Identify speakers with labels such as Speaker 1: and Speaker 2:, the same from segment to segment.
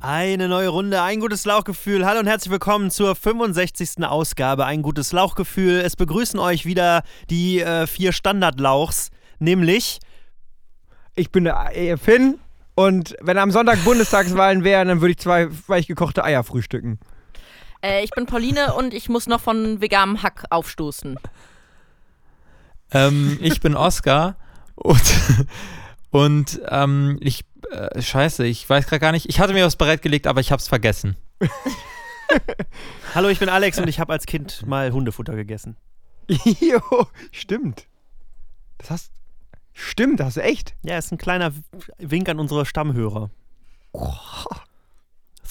Speaker 1: eine neue Runde, ein gutes Lauchgefühl. Hallo und herzlich willkommen zur 65. Ausgabe, ein gutes Lauchgefühl. Es begrüßen euch wieder die äh, vier Standardlauchs, nämlich
Speaker 2: Ich bin der äh, Finn und wenn am Sonntag Bundestagswahlen wären, dann würde ich zwei weich gekochte Eier frühstücken.
Speaker 3: Äh, ich bin Pauline und ich muss noch von veganem Hack aufstoßen.
Speaker 4: Ähm, ich bin Oscar und, und ähm, ich, äh, scheiße, ich weiß gerade gar nicht. Ich hatte mir was bereitgelegt, aber ich hab's vergessen.
Speaker 1: Hallo, ich bin Alex und ich habe als Kind mal Hundefutter gegessen.
Speaker 2: jo, stimmt. Das hast. Stimmt, das hast du echt.
Speaker 1: Ja, ist ein kleiner W- Wink an unsere Stammhörer.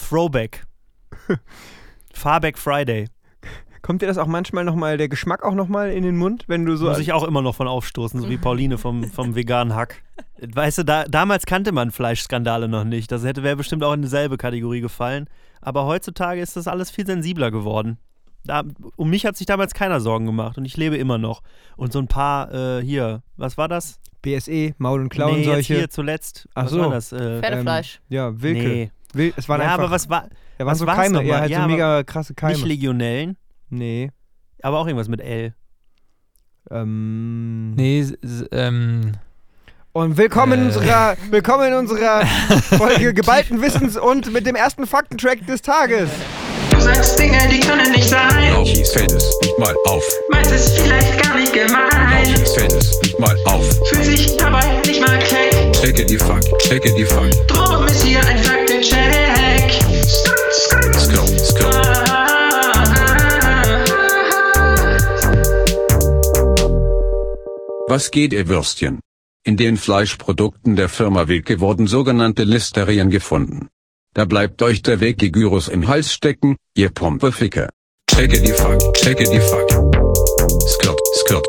Speaker 1: Throwback. Farback Friday.
Speaker 2: Kommt dir das auch manchmal nochmal, der Geschmack auch nochmal in den Mund, wenn du so.
Speaker 1: Muss ich auch immer noch von aufstoßen, so wie Pauline vom, vom veganen Hack. Weißt du, da, damals kannte man Fleischskandale noch nicht. Das hätte wäre bestimmt auch in dieselbe Kategorie gefallen. Aber heutzutage ist das alles viel sensibler geworden. Da, um mich hat sich damals keiner Sorgen gemacht und ich lebe immer noch. Und so ein paar äh, hier, was war das?
Speaker 2: BSE, E, Maul- und
Speaker 1: nee, jetzt
Speaker 2: Klauenseuche.
Speaker 1: hier zuletzt.
Speaker 2: Ach
Speaker 1: was
Speaker 2: so.
Speaker 1: war das? Äh,
Speaker 3: Pferdefleisch.
Speaker 2: ja, Wilke.
Speaker 1: Nee.
Speaker 2: Wil es waren
Speaker 1: Ja,
Speaker 2: einfach.
Speaker 1: aber was war?
Speaker 2: da waren
Speaker 1: was
Speaker 2: so
Speaker 1: war's
Speaker 2: Keime.
Speaker 1: nochmal?
Speaker 2: Ja, halt
Speaker 1: Ja,
Speaker 2: so
Speaker 1: aber
Speaker 2: mega krasse
Speaker 1: Nicht
Speaker 2: Keime.
Speaker 1: Legionellen,
Speaker 2: Nee.
Speaker 1: aber auch irgendwas mit L.
Speaker 2: Ähm.
Speaker 4: Nee, s- s- ähm,
Speaker 2: Und willkommen in
Speaker 4: Äh.
Speaker 2: unserer, willkommen in unserer Folge geballten Wissens und mit dem ersten Faktentrack des Tages.
Speaker 5: Du sagst Dinge, die können nicht sein.
Speaker 6: Lauchis fällt es nicht mal auf.
Speaker 5: Meins ist vielleicht gar nicht gemeint.
Speaker 6: Lauchis fällt es nicht mal auf.
Speaker 5: Fühlt sich dabei nicht mal keck.
Speaker 6: Checke die Fuck, checke die Fuck.
Speaker 5: Drum ist hier ein Faktencheck. Skrrt, skrrt.
Speaker 6: Skro, skro. Was geht ihr Würstchen? In den Fleischprodukten der Firma Wilke wurden sogenannte Listerien gefunden. Da bleibt euch der Wege Gyros im Hals stecken, ihr Pumpeficker. Checke die Fuck, checke die Fuck. Skirt, skirt.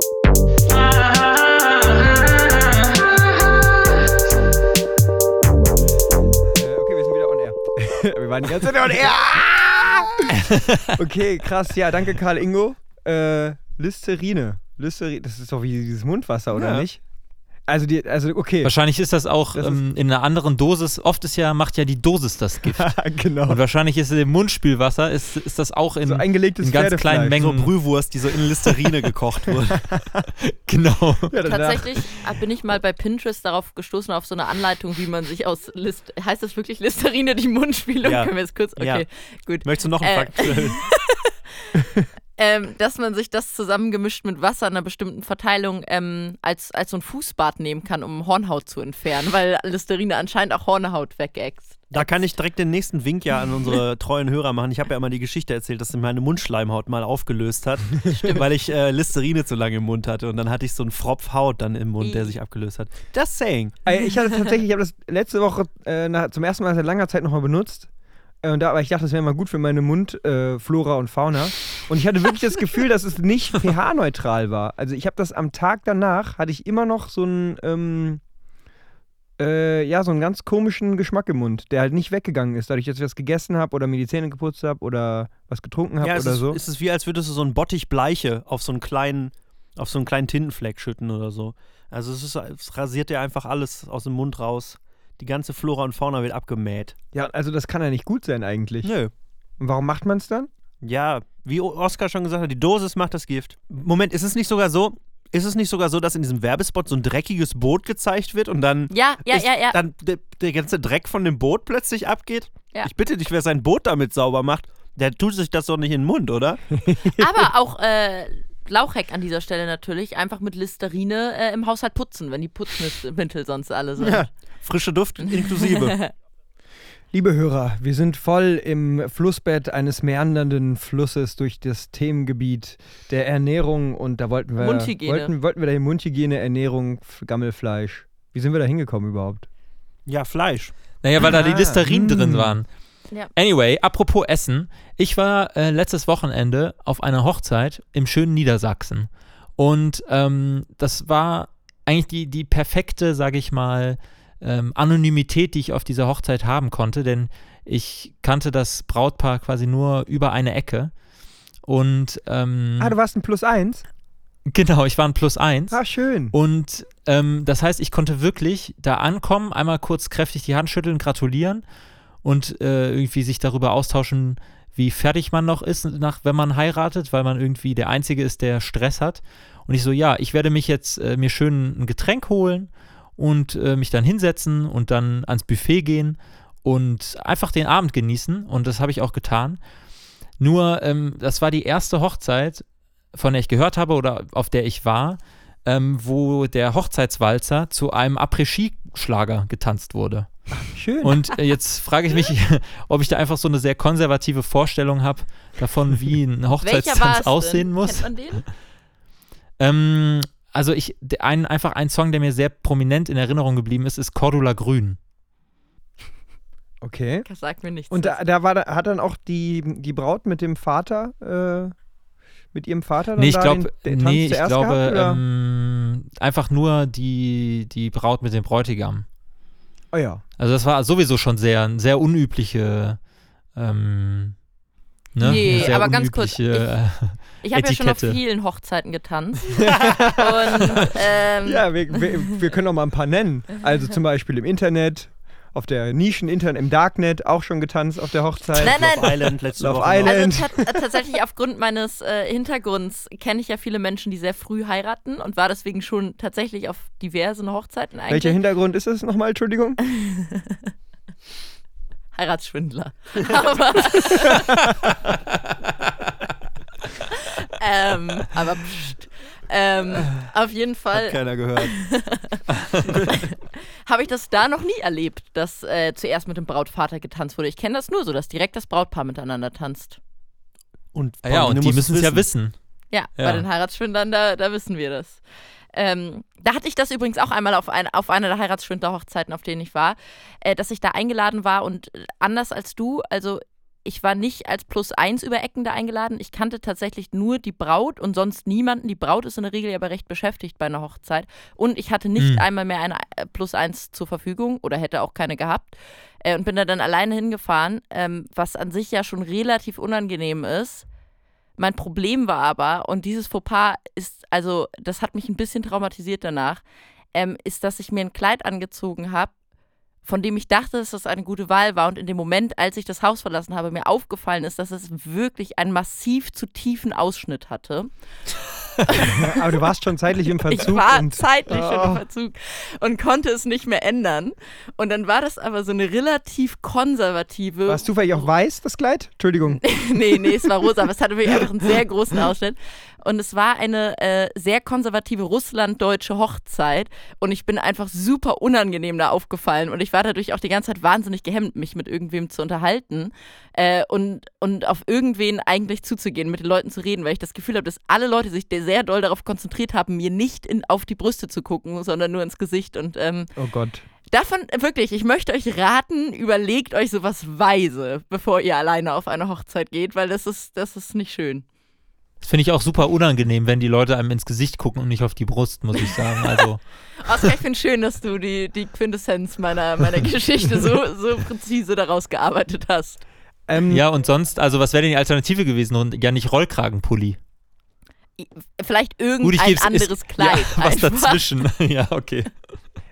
Speaker 2: Äh, okay, wir sind wieder on air. wir waren die ganze Zeit on air. Ah! okay, krass. Ja, danke Karl Ingo. Äh, Listerine. Listerine, das ist doch wie dieses Mundwasser, oder
Speaker 1: Ja.
Speaker 2: nicht? Also, die, also okay.
Speaker 4: wahrscheinlich ist das auch
Speaker 2: Das ist-
Speaker 4: ähm, in einer anderen Dosis. Oft ist ja, macht ja die Dosis das Gift.
Speaker 2: genau.
Speaker 4: Und wahrscheinlich ist im Mundspülwasser, ist, ist das auch in,
Speaker 2: So eingelegtes
Speaker 4: in ganz
Speaker 2: Pferdefleisch.
Speaker 4: kleinen
Speaker 1: So
Speaker 4: Mengen.
Speaker 1: Brühwurst, die so in Listerine gekocht wurde.
Speaker 4: genau.
Speaker 2: Ja,
Speaker 1: Ähm,
Speaker 2: danach-
Speaker 3: Tatsächlich bin ich mal bei Pinterest darauf gestoßen, auf so eine Anleitung, wie man sich aus List. Heißt das wirklich Listerine, die Mundspülung?
Speaker 1: Ja.
Speaker 3: Können wir es kurz? Okay,
Speaker 1: Ja.
Speaker 3: gut.
Speaker 1: Möchtest du noch einen
Speaker 3: Äh.
Speaker 1: Fakt? stellen?
Speaker 3: Ähm, dass man sich das zusammengemischt mit Wasser in einer bestimmten Verteilung ähm, als, als so ein Fußbad nehmen kann, um Hornhaut zu entfernen, weil Listerine anscheinend auch Hornhaut wegäxt.
Speaker 1: Da kann ich direkt den nächsten Wink ja an unsere treuen Hörer machen. Ich habe ja immer die Geschichte erzählt, dass meine Mundschleimhaut mal aufgelöst hat, weil ich äh, Listerine zu lange im Mund hatte. Und dann hatte ich so einen Fropf Haut dann im Mund, der sich abgelöst hat. Just saying.
Speaker 2: Ey, Ich hatte tatsächlich, ich habe das letzte Woche äh, nach, zum ersten Mal seit langer Zeit nochmal benutzt. Äh, und da, aber ich dachte, das wäre mal gut für meine Mundflora äh, Flora und Fauna. Und ich hatte wirklich das Gefühl, dass es nicht pH-neutral war. Also ich habe das am Tag danach, hatte ich immer noch so einen, ähm, äh, ja, so einen ganz komischen Geschmack im Mund, der halt nicht weggegangen ist, dadurch, dass ich was gegessen habe oder mir die Zähne geputzt habe oder was getrunken habe
Speaker 1: Ja, es
Speaker 2: oder
Speaker 1: ist,
Speaker 2: so.
Speaker 1: es ist wie, als würdest du so einen Bottich Bleiche auf so einen kleinen, auf so einen kleinen Tintenfleck schütten oder so. Also es, ist, es rasiert dir einfach alles aus dem Mund raus. Die ganze Flora und Fauna wird abgemäht.
Speaker 2: Ja, also das kann ja nicht gut sein eigentlich.
Speaker 1: Nö.
Speaker 2: Und warum macht man es dann?
Speaker 1: Ja, wie O- Oskar schon gesagt hat, die Dosis macht das Gift. Moment, ist es nicht sogar so, ist es nicht sogar so, dass in diesem Werbespot so ein dreckiges Boot gezeigt wird und dann
Speaker 3: Ja, ja,
Speaker 1: ist
Speaker 3: ja, ja.
Speaker 1: dann der, der ganze Dreck von dem Boot plötzlich abgeht?
Speaker 3: Ja.
Speaker 1: Ich bitte dich, wer sein Boot damit sauber macht, der tut sich das doch nicht in den Mund, oder?
Speaker 3: Aber auch äh, Lauchheck an dieser Stelle natürlich. Einfach mit Listerine äh, im Haushalt putzen, wenn die Putzmittel sonst alle sind.
Speaker 1: Ja. Frische Duft inklusive.
Speaker 2: Liebe Hörer, wir sind voll im Flussbett eines meandernden Flusses durch das Themengebiet der Ernährung und da wollten wir
Speaker 3: Mundhygiene.
Speaker 2: wollten, wollten wir dahin Mundhygiene, Ernährung, F- Gammelfleisch. Wie sind wir da hingekommen überhaupt?
Speaker 1: ja, Fleisch.
Speaker 4: Naja, weil da die
Speaker 2: Ah,
Speaker 4: Listerien
Speaker 2: mm.
Speaker 4: drin waren.
Speaker 3: Ja.
Speaker 4: Anyway, apropos Essen. Ich war äh, letztes Wochenende auf einer Hochzeit im schönen Niedersachsen. Und ähm, das war eigentlich die, die perfekte, sage ich mal, ähm, Anonymität, die ich auf dieser Hochzeit haben konnte, denn ich kannte das Brautpaar quasi nur über eine Ecke. Und ähm,
Speaker 2: Ah, du warst ein Plus eins.
Speaker 4: genau, ich war ein Plus eins.
Speaker 2: Ah, schön.
Speaker 4: Und ähm, das heißt, ich konnte wirklich da ankommen, einmal kurz kräftig die Hand schütteln, gratulieren und äh, irgendwie sich darüber austauschen, wie fertig man noch ist, nach, wenn man heiratet, weil man irgendwie der Einzige ist, der Stress hat. Und ich so, ja, ich werde mich jetzt äh, mir schön ein Getränk holen und äh, mich dann hinsetzen und dann ans Buffet gehen und einfach den Abend genießen. Und das habe ich auch getan. Nur, ähm, das war die erste Hochzeit, von der ich gehört habe oder auf der ich war, ähm, wo der Hochzeitswalzer zu einem Après-Ski-Schlager getanzt wurde.
Speaker 2: Schön.
Speaker 4: Und äh, jetzt frage ich mich, ob ich da einfach so eine sehr konservative Vorstellung habe davon, wie ein
Speaker 3: Welcher war es
Speaker 4: Hochzeitstanz
Speaker 3: denn?
Speaker 4: aussehen muss.
Speaker 3: Kennt man den?
Speaker 4: Ähm, also ich, der- ein, einfach ein Song, der mir sehr prominent in Erinnerung geblieben ist, ist Cordula Grün.
Speaker 2: okay.
Speaker 3: Das sagt mir nichts.
Speaker 2: Und äh, da, da war da, hat dann auch die, die Braut mit dem Vater, äh, mit ihrem Vater dann
Speaker 4: Nee, ich,
Speaker 2: da
Speaker 4: glaub,
Speaker 2: den, den Tanz
Speaker 4: nee, ich
Speaker 2: zuerst
Speaker 4: glaube,
Speaker 2: gehabt, oder?
Speaker 4: ähm, einfach nur die, die Braut mit dem Bräutigam.
Speaker 2: oh ja.
Speaker 4: Also das war sowieso schon sehr, ein sehr unübliche, ähm, ne?
Speaker 3: Nee,
Speaker 4: sehr
Speaker 3: aber ganz kurz,
Speaker 4: unübliche, äh,
Speaker 3: ich habe ja schon auf
Speaker 4: Etikette.
Speaker 3: vielen Hochzeiten getanzt. und ähm,
Speaker 2: Ja, wir, wir, wir können auch mal ein paar nennen. Also zum Beispiel im Internet, auf der Nischen-Internet, im Darknet auch schon getanzt auf der Hochzeit.
Speaker 3: nein, nein,
Speaker 1: Love Island letzte
Speaker 2: Love
Speaker 1: Woche.
Speaker 2: Island.
Speaker 1: noch.
Speaker 2: Talent.
Speaker 3: Also ta- äh, tatsächlich aufgrund meines äh, Hintergrunds kenne ich ja viele Menschen, die sehr früh heiraten und war deswegen schon tatsächlich auf diversen Hochzeiten eigentlich
Speaker 2: Welcher Hintergrund ist es nochmal, Entschuldigung?
Speaker 3: Heiratsschwindler. aber, ähm, aber pst. Ähm, auf jeden Fall
Speaker 1: Hat keiner gehört.
Speaker 3: habe ich das da noch nie erlebt, dass äh, zuerst mit dem Brautvater getanzt wurde. Ich kenne das nur so, dass direkt das Brautpaar miteinander tanzt.
Speaker 1: Und,
Speaker 4: Ah ja, und die müssen es ja wissen.
Speaker 3: Ja,
Speaker 4: Ja.
Speaker 3: bei den Heiratsschwindlern, da, da wissen wir das. Ähm, da hatte ich das übrigens auch einmal auf, ein, auf einer der Heiratsschwindler-Hochzeiten, auf denen ich war, äh, dass ich da eingeladen war und äh, anders als du, also ich war nicht als Plus eins über Ecken da eingeladen. Ich kannte tatsächlich nur die Braut und sonst niemanden. Die Braut ist in der Regel aber recht beschäftigt bei einer Hochzeit. Und ich hatte nicht
Speaker 4: Mhm.
Speaker 3: einmal mehr eine äh, Plus eins zur Verfügung oder hätte auch keine gehabt. Äh, und bin da dann alleine hingefahren, ähm, was an sich ja schon relativ unangenehm ist. Mein Problem war aber, und dieses Fauxpas ist, also das hat mich ein bisschen traumatisiert danach, ähm, ist, dass ich mir ein Kleid angezogen habe, von dem ich dachte, dass das eine gute Wahl war. Und in dem Moment, als ich das Haus verlassen habe, mir aufgefallen ist, dass es wirklich einen massiv zu tiefen Ausschnitt hatte.
Speaker 2: Aber du warst schon zeitlich im Verzug.
Speaker 3: Ich war
Speaker 2: und,
Speaker 3: zeitlich schon
Speaker 2: Oh.
Speaker 3: im Verzug und konnte es nicht mehr ändern. Und dann war das aber so eine relativ konservative.
Speaker 2: Warst du vielleicht auch weiß, das Kleid? Entschuldigung.
Speaker 3: nee, nee, es war rosa, aber es hatte wirklich einfach einen sehr großen Ausschnitt. Und es war eine äh, sehr konservative russlanddeutsche Hochzeit. Und ich bin einfach super unangenehm da aufgefallen. Und ich war dadurch auch die ganze Zeit wahnsinnig gehemmt, mich mit irgendwem zu unterhalten äh, und, und auf irgendwen eigentlich zuzugehen, mit den Leuten zu reden, weil ich das Gefühl habe, dass alle Leute sich sehr doll darauf konzentriert haben, mir nicht in, auf die Brüste zu gucken, sondern nur ins Gesicht. Und ähm,
Speaker 2: Oh Gott.
Speaker 3: Davon äh, wirklich, ich möchte euch raten, überlegt euch sowas weise, bevor ihr alleine auf eine Hochzeit geht, weil das ist, das ist nicht schön.
Speaker 4: Das finde ich auch super unangenehm, wenn die Leute einem ins Gesicht gucken und nicht auf die Brust, muss ich sagen. Also,
Speaker 3: Oskar, ich finde schön, dass du die, die Quintessenz meiner, meiner Geschichte so, so präzise daraus gearbeitet hast.
Speaker 2: Ähm,
Speaker 4: ja, und sonst, also was wäre denn die Alternative gewesen? Und ja, nicht Rollkragenpulli.
Speaker 3: I- Vielleicht
Speaker 4: Gut, ich
Speaker 3: irgendein
Speaker 4: gebe
Speaker 3: anderes Kleid.
Speaker 4: Ja, was
Speaker 3: einfach.
Speaker 4: dazwischen. ja, okay.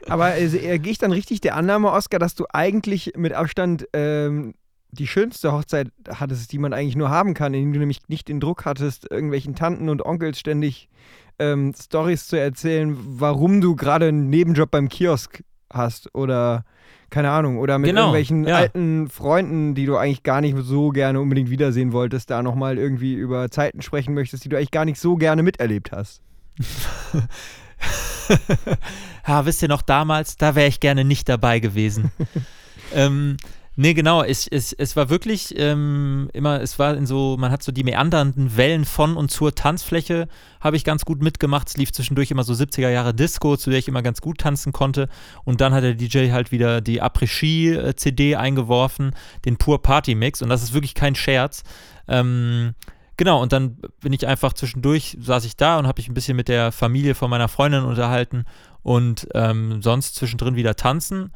Speaker 2: Aber äh, äh, gehe ich dann richtig der Annahme, Oskar, dass du eigentlich mit Abstand ähm, die schönste Hochzeit hattest, die man eigentlich nur haben kann, indem du nämlich nicht den Druck hattest, irgendwelchen Tanten und Onkels ständig ähm, Stories zu erzählen, warum du gerade einen Nebenjob beim Kiosk hast oder keine Ahnung, oder mit
Speaker 4: Genau,
Speaker 2: irgendwelchen
Speaker 4: ja.
Speaker 2: alten Freunden, die du eigentlich gar nicht so gerne unbedingt wiedersehen wolltest, da nochmal irgendwie über Zeiten sprechen möchtest, die du eigentlich gar nicht so gerne miterlebt hast.
Speaker 4: Ha, wisst ihr noch damals, da wäre ich gerne nicht dabei gewesen. ähm, nee, genau, es, es, es war wirklich ähm, immer, es war in so, man hat so die meandernden Wellen von und zur Tanzfläche, habe ich ganz gut mitgemacht. Es lief zwischendurch immer so 70er Jahre Disco, zu der ich immer ganz gut tanzen konnte. Und dann hat der DJ halt wieder die Après-Ski-CD eingeworfen, den Pur Party Mix. Und das ist wirklich kein Scherz. Ähm, Genau, und dann bin ich einfach zwischendurch, saß ich da und habe mich ein bisschen mit der Familie von meiner Freundin unterhalten und ähm, sonst zwischendrin wieder tanzen.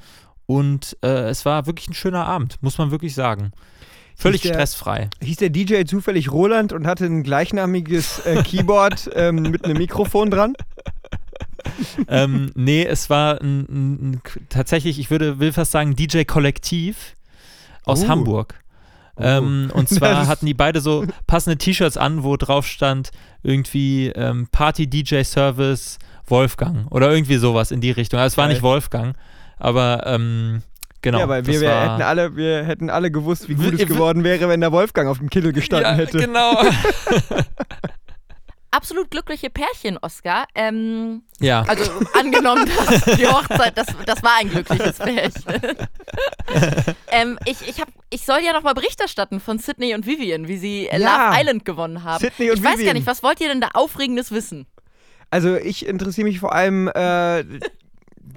Speaker 4: Und äh, es war wirklich ein schöner Abend, muss man wirklich sagen. Völlig
Speaker 2: Ist der-
Speaker 4: stressfrei.
Speaker 2: hieß der DJ zufällig Roland und hatte ein gleichnamiges äh, Keyboard ähm, mit einem Mikrofon dran.
Speaker 4: ähm, nee, es war ein, ein, ein, tatsächlich, ich würde, will fast sagen, DJ-Kollektiv. aus
Speaker 2: Oh.
Speaker 4: Hamburg. Ähm, und
Speaker 2: Das
Speaker 4: zwar
Speaker 2: ist-
Speaker 4: hatten die beide so passende T-Shirts an, wo drauf stand irgendwie ähm, Party DJ Service Wolfgang oder irgendwie sowas in die Richtung. Also es war
Speaker 2: Geil.
Speaker 4: nicht Wolfgang, aber ähm, genau.
Speaker 2: ja, weil wir,
Speaker 4: das
Speaker 2: wir,
Speaker 4: war-
Speaker 2: hätten alle, wir hätten alle gewusst, wie
Speaker 4: Wir-
Speaker 2: gut es
Speaker 4: wir-
Speaker 2: geworden wäre, wenn der Wolfgang auf dem Kittel gestanden
Speaker 4: ja,
Speaker 2: hätte.
Speaker 4: Genau.
Speaker 3: Absolut glückliche Pärchen, Oscar. Ähm,
Speaker 4: ja.
Speaker 3: also angenommen, dass die Hochzeit, das, das war ein glückliches Pärchen. ähm, ich, ich, hab, ich soll ja nochmal Bericht erstatten von Sydney und Vivian, wie sie äh,
Speaker 2: Ja.
Speaker 3: Love Island gewonnen haben.
Speaker 2: Sydney und
Speaker 3: ich weiß gar
Speaker 2: Vivian.
Speaker 3: nicht, was wollt ihr denn da Aufregendes wissen?
Speaker 2: Also ich interessiere mich vor allem äh,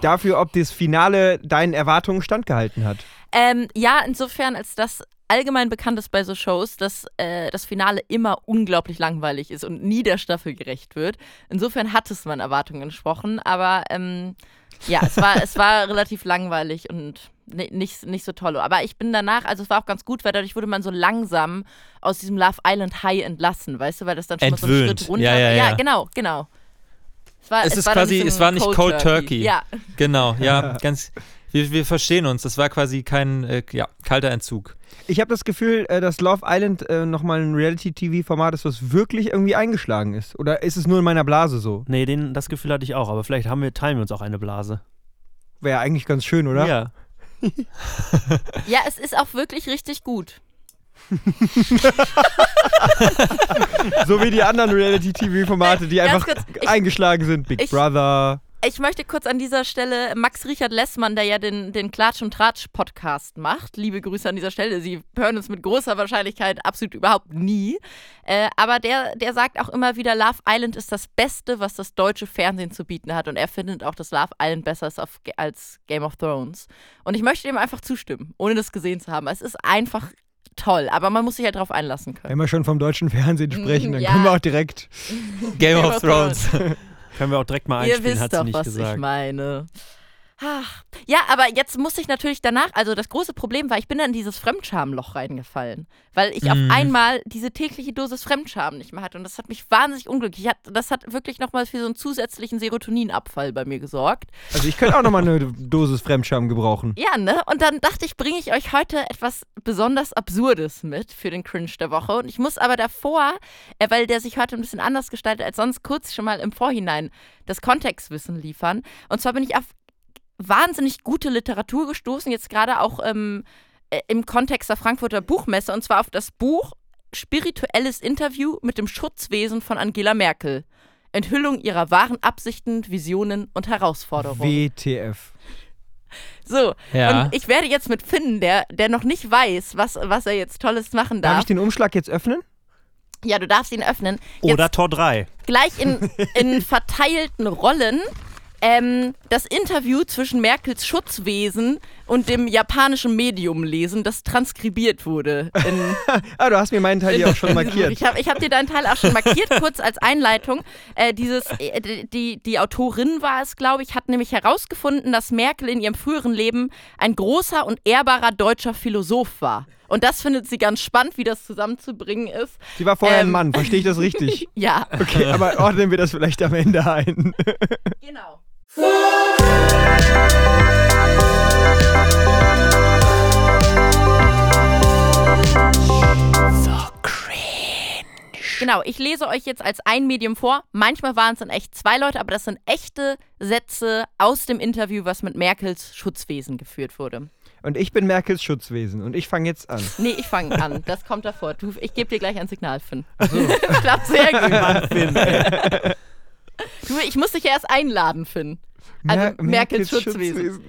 Speaker 2: dafür, ob das Finale deinen Erwartungen standgehalten hat.
Speaker 3: Ähm, ja, insofern, als das allgemein bekannt ist bei so Shows, dass äh, das Finale immer unglaublich langweilig ist und nie der Staffel gerecht wird. Insofern hat es meinen Erwartungen entsprochen, aber ähm, ja, es war, es war relativ langweilig und ni- nicht, nicht so toll. Aber ich bin danach, also es war auch ganz gut, weil dadurch wurde man so langsam aus diesem Love Island High entlassen, weißt du, weil das dann schon mal so einen
Speaker 4: Entwöhnt.
Speaker 3: Schritt runter
Speaker 4: Ja, ja, ja.
Speaker 3: genau, genau. Es, war,
Speaker 4: Es ist
Speaker 3: dann
Speaker 4: quasi-
Speaker 3: so
Speaker 4: es
Speaker 3: ein
Speaker 4: war nicht Cold Turkey.
Speaker 3: Ja,
Speaker 4: Genau, ja, ganz. Wir, wir verstehen uns. Das war quasi kein äh, ja, kalter Entzug.
Speaker 2: Ich habe das Gefühl, äh, dass Love Island äh, nochmal ein Reality-TV-Format ist, was wirklich irgendwie eingeschlagen ist. Oder ist es nur in meiner Blase so?
Speaker 1: Nee, den, das Gefühl hatte ich auch, aber vielleicht haben wir, teilen wir uns auch eine Blase.
Speaker 2: Wäre eigentlich ganz schön, oder?
Speaker 1: Ja.
Speaker 3: ja, es ist auch wirklich richtig gut.
Speaker 2: So wie die anderen Reality-TV-Formate, die
Speaker 3: Ganz
Speaker 2: einfach
Speaker 3: kurz, ich-
Speaker 2: eingeschlagen sind. Big
Speaker 3: ich-
Speaker 2: Brother.
Speaker 3: Ich möchte kurz an dieser Stelle Max Richard Lessmann, der ja den, den Klatsch und Tratsch Podcast macht, liebe Grüße an dieser Stelle. Sie hören uns mit großer Wahrscheinlichkeit absolut überhaupt nie. Äh, aber der, der sagt auch immer wieder, Love Island ist das Beste, was das deutsche Fernsehen zu bieten hat. Und er findet auch, dass Love Island besser ist auf, als Game of Thrones. Und ich möchte dem einfach zustimmen, ohne das gesehen zu haben. Es ist einfach toll, aber man muss sich halt drauf einlassen können.
Speaker 2: Wenn wir schon vom deutschen Fernsehen sprechen, dann
Speaker 3: Mm, Ja.
Speaker 2: können wir auch direkt.
Speaker 4: Game of
Speaker 3: of
Speaker 4: Thrones.
Speaker 1: Können wir auch direkt mal
Speaker 3: Ihr
Speaker 1: einspielen,
Speaker 3: wisst
Speaker 1: hat sie
Speaker 3: doch,
Speaker 1: nicht
Speaker 3: was
Speaker 1: gesagt.
Speaker 3: ich meine. Ach. Ja, aber jetzt muss ich natürlich danach, also das große Problem war, ich bin dann in dieses Fremdschamloch reingefallen, weil ich auf
Speaker 4: Mhm.
Speaker 3: einmal diese tägliche Dosis Fremdscham nicht mehr hatte und das hat mich wahnsinnig unglücklich. Ich hat, das hat wirklich nochmal für so einen zusätzlichen Serotoninabfall bei mir gesorgt.
Speaker 2: Also ich könnte auch nochmal eine Dosis Fremdscham gebrauchen.
Speaker 3: Ja, ne? Und dann dachte ich, bringe ich euch heute etwas besonders Absurdes mit für den Cringe der Woche. Und ich muss aber davor, äh, weil der sich heute ein bisschen anders gestaltet als sonst, kurz schon mal im Vorhinein das Kontextwissen liefern. Und zwar bin ich auf wahnsinnig gute Literatur gestoßen, jetzt gerade auch ähm, äh, im Kontext der Frankfurter Buchmesse, und zwar auf das Buch Spirituelles Interview mit dem Schutzwesen von Angela Merkel. Enthüllung ihrer wahren Absichten, Visionen und Herausforderungen.
Speaker 2: WTF.
Speaker 3: So,
Speaker 4: Ja.
Speaker 3: und ich werde jetzt mit Finn, der, der noch nicht weiß, was, was er jetzt Tolles machen
Speaker 2: Darf
Speaker 3: darf.
Speaker 2: ich den Umschlag jetzt öffnen?
Speaker 3: ja, du darfst ihn öffnen.
Speaker 1: Oder
Speaker 3: jetzt
Speaker 1: Tor 3.
Speaker 3: gleich in, in verteilten Rollen. Ähm, das Interview zwischen Merkels Schutzwesen und dem japanischen Medium lesen, das transkribiert wurde. In,
Speaker 2: Ah, du hast mir meinen Teil hier auch schon markiert.
Speaker 3: Ich habe ich hab dir deinen Teil auch schon markiert, kurz als Einleitung. Äh, dieses, äh, die, die Autorin war es, glaube ich, hat nämlich herausgefunden, dass Merkel in ihrem früheren Leben ein großer und ehrbarer deutscher Philosoph war. Und das findet sie ganz spannend, wie das zusammenzubringen ist.
Speaker 2: Sie war vorher ein
Speaker 3: Ähm.
Speaker 2: Mann, verstehe ich das richtig?
Speaker 3: Ja,
Speaker 2: Okay, aber ordnen wir das vielleicht am Ende ein.
Speaker 3: genau. Genau, ich lese euch jetzt als ein Medium vor. Manchmal waren es dann echt zwei Leute, aber das sind echte Sätze aus dem Interview, was mit Merkels Schutzwesen geführt wurde.
Speaker 2: Und ich bin Merkels Schutzwesen und ich fange jetzt an.
Speaker 3: Nee, ich fange an. Das kommt davor. Du, ich gebe dir gleich ein Signal, Finn. ich glaube, sehr gut. Du, ich muss dich ja erst einladen, Finn. Also Merkels, Schutzwesen.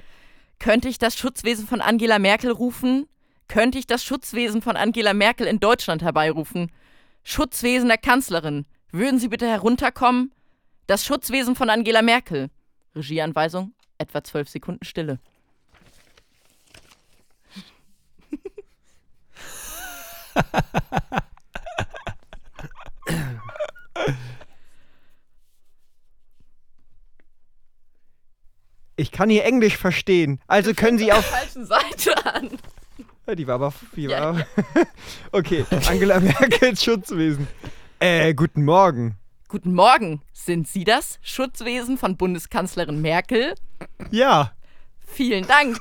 Speaker 3: Könnte ich das Schutzwesen von Angela Merkel rufen? Könnte ich das Schutzwesen von Angela Merkel in Deutschland herbeirufen? Schutzwesen der Kanzlerin, würden Sie bitte herunterkommen? Das Schutzwesen von Angela Merkel. Regieanweisung, etwa zwölf Sekunden Stille.
Speaker 2: Ich kann hier Englisch verstehen. Also können Sie auf.
Speaker 3: Falschen Seite an.
Speaker 2: Ja, Die war aber. Die
Speaker 3: Ja,
Speaker 2: war okay, Angela Merkels Schutzwesen. Äh, guten Morgen.
Speaker 3: Guten Morgen, sind Sie das Schutzwesen von Bundeskanzlerin Merkel?
Speaker 2: Ja.
Speaker 3: Vielen Dank.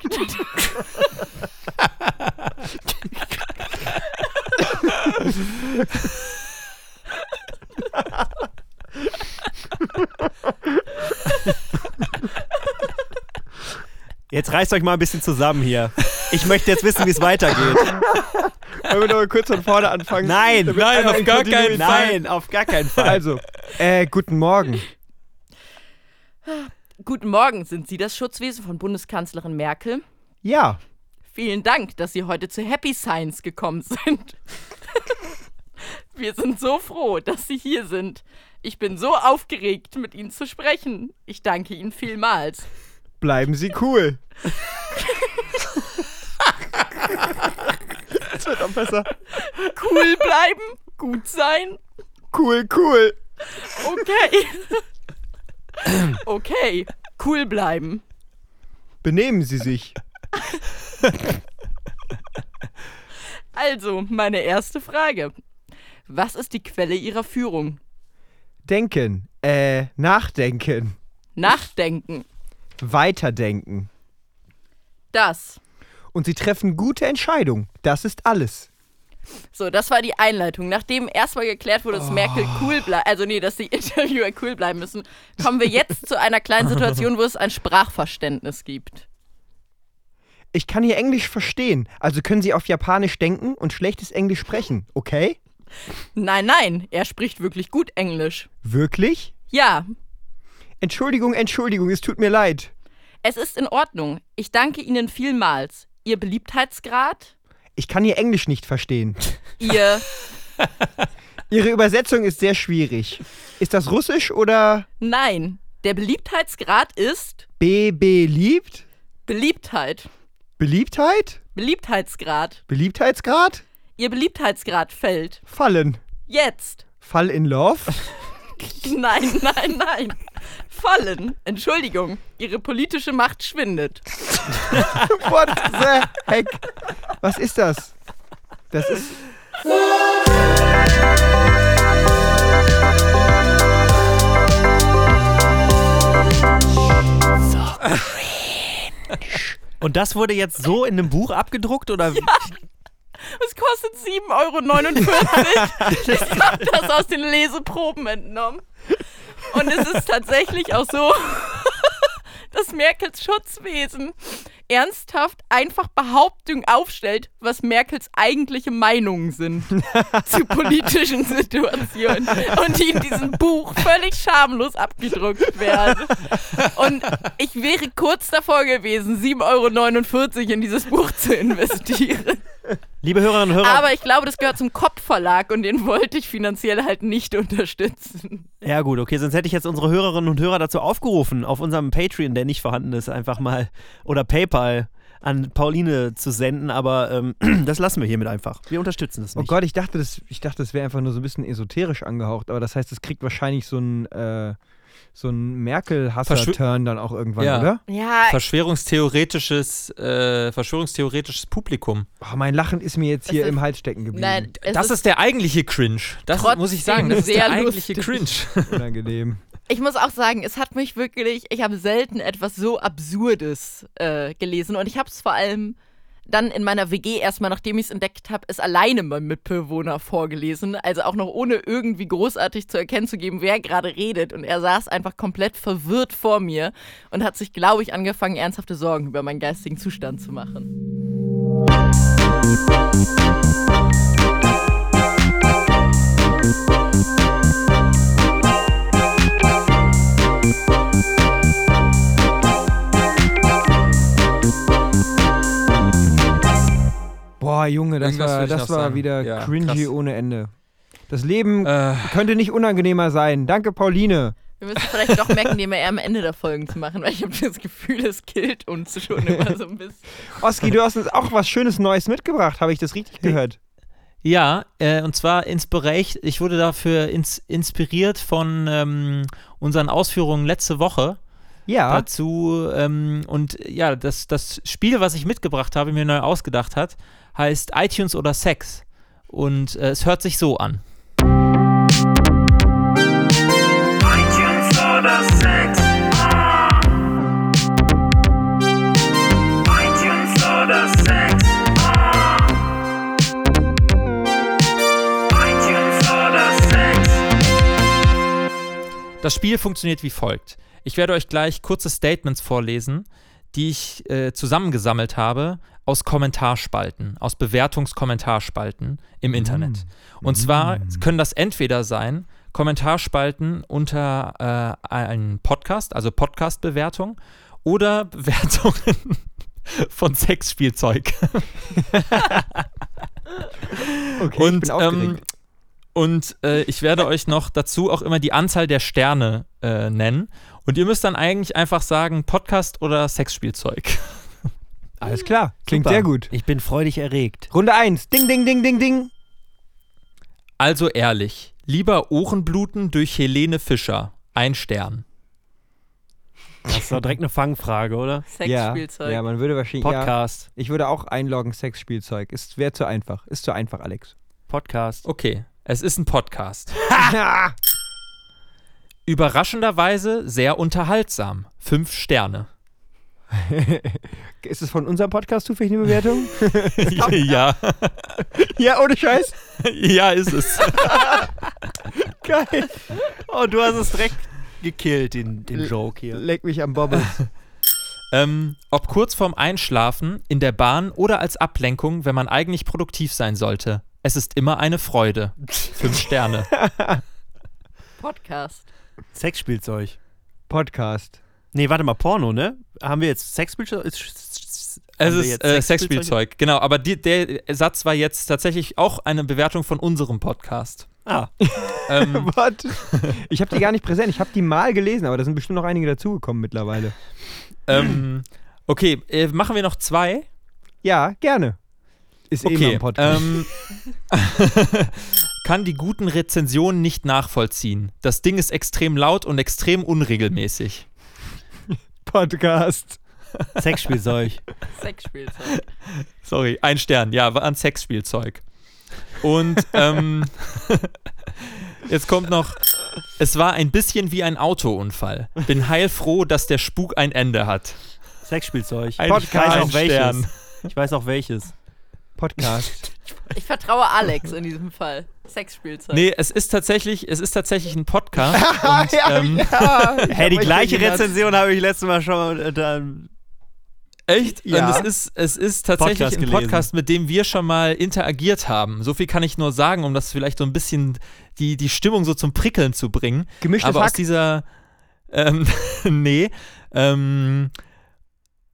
Speaker 1: Jetzt reißt euch mal ein bisschen zusammen hier. Ich möchte jetzt wissen, wie es weitergeht.
Speaker 2: Wollen wir noch mal kurz von vorne anfangen?
Speaker 1: Nein,
Speaker 2: Damit
Speaker 4: nein,
Speaker 2: einmal
Speaker 4: auf
Speaker 2: in
Speaker 4: gar
Speaker 2: Kontinuität-
Speaker 4: keinen
Speaker 1: Nein, auf gar keinen Fall.
Speaker 2: Also, äh, guten Morgen.
Speaker 3: Guten Morgen, sind Sie das Schutzwesen von Bundeskanzlerin Merkel?
Speaker 2: Ja.
Speaker 3: Vielen Dank, dass Sie heute zu Happy Science gekommen sind. Wir sind so froh, dass Sie hier sind. Ich bin so aufgeregt, mit Ihnen zu sprechen. Ich danke Ihnen vielmals.
Speaker 2: Bleiben Sie cool. das wird auch besser.
Speaker 3: Cool bleiben, gut sein.
Speaker 2: Cool, cool.
Speaker 3: Okay. Okay, cool bleiben.
Speaker 2: Benehmen Sie sich.
Speaker 3: Also, meine erste Frage. Was ist die Quelle Ihrer Führung?
Speaker 2: Denken. Äh, nachdenken.
Speaker 3: Nachdenken.
Speaker 2: Weiterdenken.
Speaker 3: Das.
Speaker 2: Und Sie treffen gute Entscheidungen. Das ist alles.
Speaker 3: So, das war die Einleitung. Nachdem erstmal geklärt wurde, dass Merkel cool bleibt, also nee, dass die Interviewer cool bleiben müssen, kommen wir jetzt zu einer kleinen Situation, wo es ein Sprachverständnis gibt.
Speaker 2: Ich kann hier Englisch verstehen. Also können Sie auf Japanisch denken und schlechtes Englisch sprechen, okay?
Speaker 3: Nein, nein, er spricht wirklich gut Englisch.
Speaker 2: Wirklich?
Speaker 3: Ja,
Speaker 2: Entschuldigung, Entschuldigung, es tut mir leid.
Speaker 3: es ist in Ordnung. Ich danke Ihnen vielmals. Ihr Beliebtheitsgrad,
Speaker 2: Ich kann hier Englisch nicht verstehen.
Speaker 3: Ihr.
Speaker 2: Ihre Übersetzung ist sehr schwierig. Ist das Russisch oder
Speaker 3: Nein, der Beliebtheitsgrad ist
Speaker 2: B beliebt?
Speaker 3: Beliebtheit.
Speaker 2: Beliebtheit?
Speaker 3: Beliebtheitsgrad.
Speaker 2: Beliebtheitsgrad?
Speaker 3: Ihr Beliebtheitsgrad fällt.
Speaker 2: Fallen.
Speaker 3: Jetzt.
Speaker 2: Fall in Love?
Speaker 3: Nein, nein, nein. Fallen. Entschuldigung. Ihre politische Macht schwindet.
Speaker 2: What the heck? Was ist das? Das ist.
Speaker 1: Und das wurde jetzt so in einem Buch abgedruckt oder
Speaker 3: Es kostet 7,49 Euro. Ich habe das aus den Leseproben entnommen. Und es ist tatsächlich auch so, dass Merkels Schutzwesen ernsthaft einfach Behauptungen aufstellt, was Merkels eigentliche Meinungen sind zu politischen Situationen und die in diesem Buch völlig schamlos abgedruckt werden. Und ich wäre kurz davor gewesen, 7,49 Euro in dieses Buch zu investieren.
Speaker 1: liebe Hörerinnen und Hörer,
Speaker 3: Aber ich glaube, das gehört zum Kopfverlag und den wollte ich finanziell halt nicht unterstützen.
Speaker 1: Ja, gut, okay, sonst hätte ich jetzt unsere Hörerinnen und Hörer dazu aufgerufen, auf unserem Patreon, der nicht vorhanden ist, einfach mal oder PayPal an Pauline zu senden, aber ähm, das lassen wir hiermit einfach. Wir unterstützen das
Speaker 2: Oh
Speaker 1: nicht.
Speaker 2: Gott, ich dachte, das, ich dachte, das wäre einfach nur so ein bisschen esoterisch angehaucht, aber das heißt, es kriegt wahrscheinlich so ein, äh, so ein Merkel-Hasser-Turn dann auch irgendwann,
Speaker 4: Ja.
Speaker 2: oder?
Speaker 3: Ja,
Speaker 4: Verschwörungstheoretisches, äh, Verschwörungstheoretisches Publikum.
Speaker 2: Oh, mein Lachen ist mir jetzt hier
Speaker 3: Es ist-
Speaker 2: im Hals stecken geblieben.
Speaker 3: nein, es
Speaker 4: das ist,
Speaker 3: ist,
Speaker 4: der eigentliche Cringe. Das
Speaker 3: Trotzdem
Speaker 4: muss ich sagen. Das ist der
Speaker 3: sehr
Speaker 4: eigentliche
Speaker 3: lustig.
Speaker 4: Cringe.
Speaker 2: Unangenehm.
Speaker 3: ich muss auch sagen, es hat mich wirklich, ich habe selten etwas so Absurdes äh, gelesen und ich habe es vor allem dann in meiner WG erstmal, nachdem ich es entdeckt habe, es alleine meinem Mitbewohner vorgelesen, also auch noch ohne irgendwie großartig zu erkennen zu geben, wer gerade redet und er saß einfach komplett verwirrt vor mir und hat sich, glaube ich, angefangen, ernsthafte Sorgen über meinen geistigen Zustand zu machen.
Speaker 2: Boah, Junge, das
Speaker 4: Irgendwas
Speaker 2: war,
Speaker 4: will ich
Speaker 2: das
Speaker 4: noch
Speaker 2: war
Speaker 4: sagen.
Speaker 2: wieder
Speaker 4: Ja,
Speaker 2: cringy
Speaker 4: krass.
Speaker 2: ohne Ende. Das Leben
Speaker 4: äh,
Speaker 2: könnte nicht unangenehmer sein. Danke, Pauline.
Speaker 3: Wir müssen vielleicht doch merken, den wir eher am Ende der Folgen zu machen, weil ich habe das Gefühl, es killt uns schon immer so ein bisschen.
Speaker 2: Oski, du hast uns auch was Schönes Neues mitgebracht. Habe ich das richtig gehört?
Speaker 4: Ja, äh, und zwar inspiriert, ich wurde dafür ins, inspiriert von ähm, unseren Ausführungen letzte Woche
Speaker 2: Ja.
Speaker 4: dazu. Ähm, und äh, ja, das, das Spiel, was ich mitgebracht habe, mir neu ausgedacht hat, heißt iTunes oder Sex. Und äh, es hört sich so an.
Speaker 7: iTunes oder Sex. Ah. iTunes oder Sex. Ah.
Speaker 4: Das Spiel funktioniert wie folgt. Ich werde euch gleich kurze Statements vorlesen, die ich äh, zusammengesammelt habe aus Kommentarspalten, aus Bewertungskommentarspalten im Internet. Und zwar können das entweder sein Kommentarspalten unter äh, einem Podcast, also Podcast-Bewertung, oder Bewertungen von Sexspielzeug.
Speaker 2: Okay,
Speaker 4: Und,
Speaker 2: ich bin
Speaker 4: ähm,
Speaker 2: aufgeregt.
Speaker 4: und äh, ich werde euch noch dazu auch immer die Anzahl der Sterne äh, nennen. Und ihr müsst dann eigentlich einfach sagen, Podcast oder Sexspielzeug.
Speaker 2: Alles klar, klingt
Speaker 1: Super.
Speaker 2: sehr gut.
Speaker 1: Ich bin freudig erregt.
Speaker 2: Runde 1. Ding, ding, ding, ding, ding.
Speaker 4: Also ehrlich, lieber Ohrenbluten durch Helene Fischer. Ein Stern.
Speaker 1: Das ist doch direkt eine Fangfrage, oder?
Speaker 3: Sexspielzeug.
Speaker 2: Ja, ja, man würde wahrscheinlich. Ja,
Speaker 1: Podcast.
Speaker 2: ich würde auch einloggen, Sexspielzeug. Ist wäre zu einfach. Ist zu einfach, Alex.
Speaker 1: Podcast.
Speaker 4: Okay, es ist ein Podcast.
Speaker 2: Ha!
Speaker 4: Überraschenderweise sehr unterhaltsam. Fünf Sterne.
Speaker 2: Ist es von unserem Podcast zufällig eine Bewertung?
Speaker 4: ja,
Speaker 2: ja, ohne Scheiß.
Speaker 4: ja ist es.
Speaker 2: Geil.
Speaker 1: Oh, du hast es direkt gekillt, den, den Joke hier.
Speaker 2: Leck mich am Bobbel.
Speaker 4: Ähm, ob kurz vorm Einschlafen, in der Bahn oder als Ablenkung, wenn man eigentlich produktiv sein sollte. Es ist immer eine Freude. Fünf Sterne.
Speaker 3: Podcast.
Speaker 1: Sexspielzeug.
Speaker 2: Podcast.
Speaker 1: Nee, warte mal, Porno, ne? Haben wir jetzt Sexspielzeug?
Speaker 4: Es
Speaker 1: Haben wir
Speaker 4: ist
Speaker 1: jetzt
Speaker 4: äh,
Speaker 1: Sexspielzeug?
Speaker 4: Sexspielzeug, genau. Aber die, der Satz war jetzt tatsächlich auch eine Bewertung von unserem Podcast.
Speaker 1: Ah,
Speaker 4: Ähm,
Speaker 2: What? Ich habe die gar nicht präsent. Ich habe die mal gelesen, aber da sind bestimmt noch einige dazugekommen mittlerweile.
Speaker 4: ähm, okay, äh, machen wir noch zwei.
Speaker 2: Ja, gerne. Ist eh immer
Speaker 4: Okay.
Speaker 2: ein Podcast.
Speaker 4: Ähm, kann die guten Rezensionen nicht nachvollziehen. Das Ding ist extrem laut und extrem unregelmäßig.
Speaker 2: Podcast.
Speaker 1: Sexspielzeug.
Speaker 3: Sexspielzeug.
Speaker 4: Sorry, ein Stern, ja, war an Sexspielzeug. Und ähm, jetzt kommt noch, es war ein bisschen wie ein Autounfall. Bin heilfroh, dass der Spuk ein Ende hat.
Speaker 1: Sexspielzeug.
Speaker 4: Ein
Speaker 1: ich weiß
Speaker 4: Podcast.
Speaker 1: auch welches.
Speaker 4: Stern.
Speaker 1: Ich weiß auch welches.
Speaker 2: Podcast.
Speaker 3: Ich vertraue Alex in diesem Fall. Sexspielzeug.
Speaker 4: Nee, es ist tatsächlich, es ist tatsächlich ein Podcast. und, ähm,
Speaker 1: Hey, die
Speaker 2: euch
Speaker 1: gleiche
Speaker 2: den Satz-
Speaker 1: Rezension habe ich letztes Mal schon mal. äh, da-
Speaker 4: Echt?
Speaker 2: Ja.
Speaker 4: Und es ist, es ist tatsächlich
Speaker 1: Podcast
Speaker 4: ein
Speaker 1: gelesen.
Speaker 4: Podcast, mit dem wir schon mal interagiert haben. So viel kann ich nur sagen, um das vielleicht so ein bisschen die, die Stimmung so zum Prickeln zu bringen.
Speaker 2: Gemischtes
Speaker 4: Aber aus
Speaker 2: Hack.
Speaker 4: dieser, ähm, nee, ähm,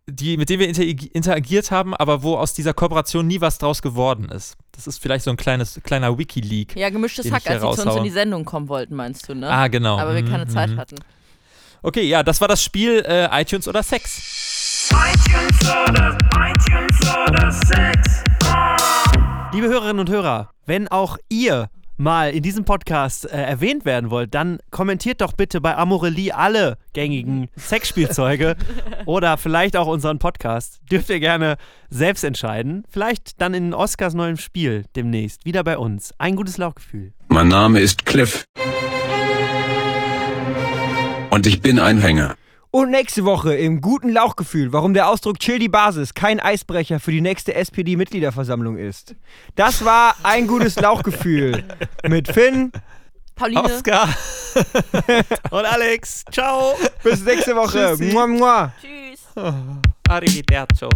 Speaker 4: die, mit dem wir interagi- interagiert haben, aber wo aus dieser Kooperation nie was draus geworden ist. Das ist vielleicht so ein kleines, kleiner Wikileak.
Speaker 3: Ja, gemischtes
Speaker 4: Den
Speaker 3: Hack,
Speaker 4: ich hier
Speaker 3: als sie zu uns
Speaker 4: raushaue.
Speaker 3: in die Sendung kommen wollten, meinst du, ne?
Speaker 4: Ah, genau.
Speaker 3: Aber wir
Speaker 4: Mhm,
Speaker 3: keine Zeit
Speaker 4: mhm.
Speaker 3: hatten.
Speaker 4: Okay, ja, das war das Spiel äh, iTunes oder Sex.
Speaker 7: iTunes oder iTunes oder Sex.
Speaker 1: Liebe Hörerinnen und Hörer, wenn auch ihr mal in diesem Podcast äh, erwähnt werden wollt, dann kommentiert doch bitte bei Amorelie alle gängigen Sexspielzeuge oder vielleicht auch unseren Podcast. Dürft ihr gerne selbst entscheiden. Vielleicht dann in Oscars neuem Spiel demnächst wieder bei uns. Ein gutes Lauchgefühl.
Speaker 6: Mein Name ist Cliff. Und ich bin ein Hänger.
Speaker 2: Und nächste Woche im guten Lauchgefühl, warum der Ausdruck Chill die Basis kein Eisbrecher für die nächste SPD-Mitgliederversammlung ist. Das war ein gutes Lauchgefühl mit Finn.
Speaker 3: Pauline,
Speaker 4: Oscar.
Speaker 1: Und Alex, ciao.
Speaker 2: Bis nächste Woche.
Speaker 4: Tschüssi.
Speaker 2: Mua, mua.
Speaker 3: tschüss.
Speaker 4: Arrivederci.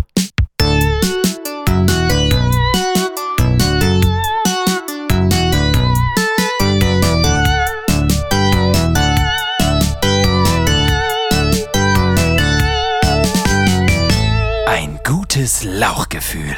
Speaker 8: Ein gutes Lauchgefühl.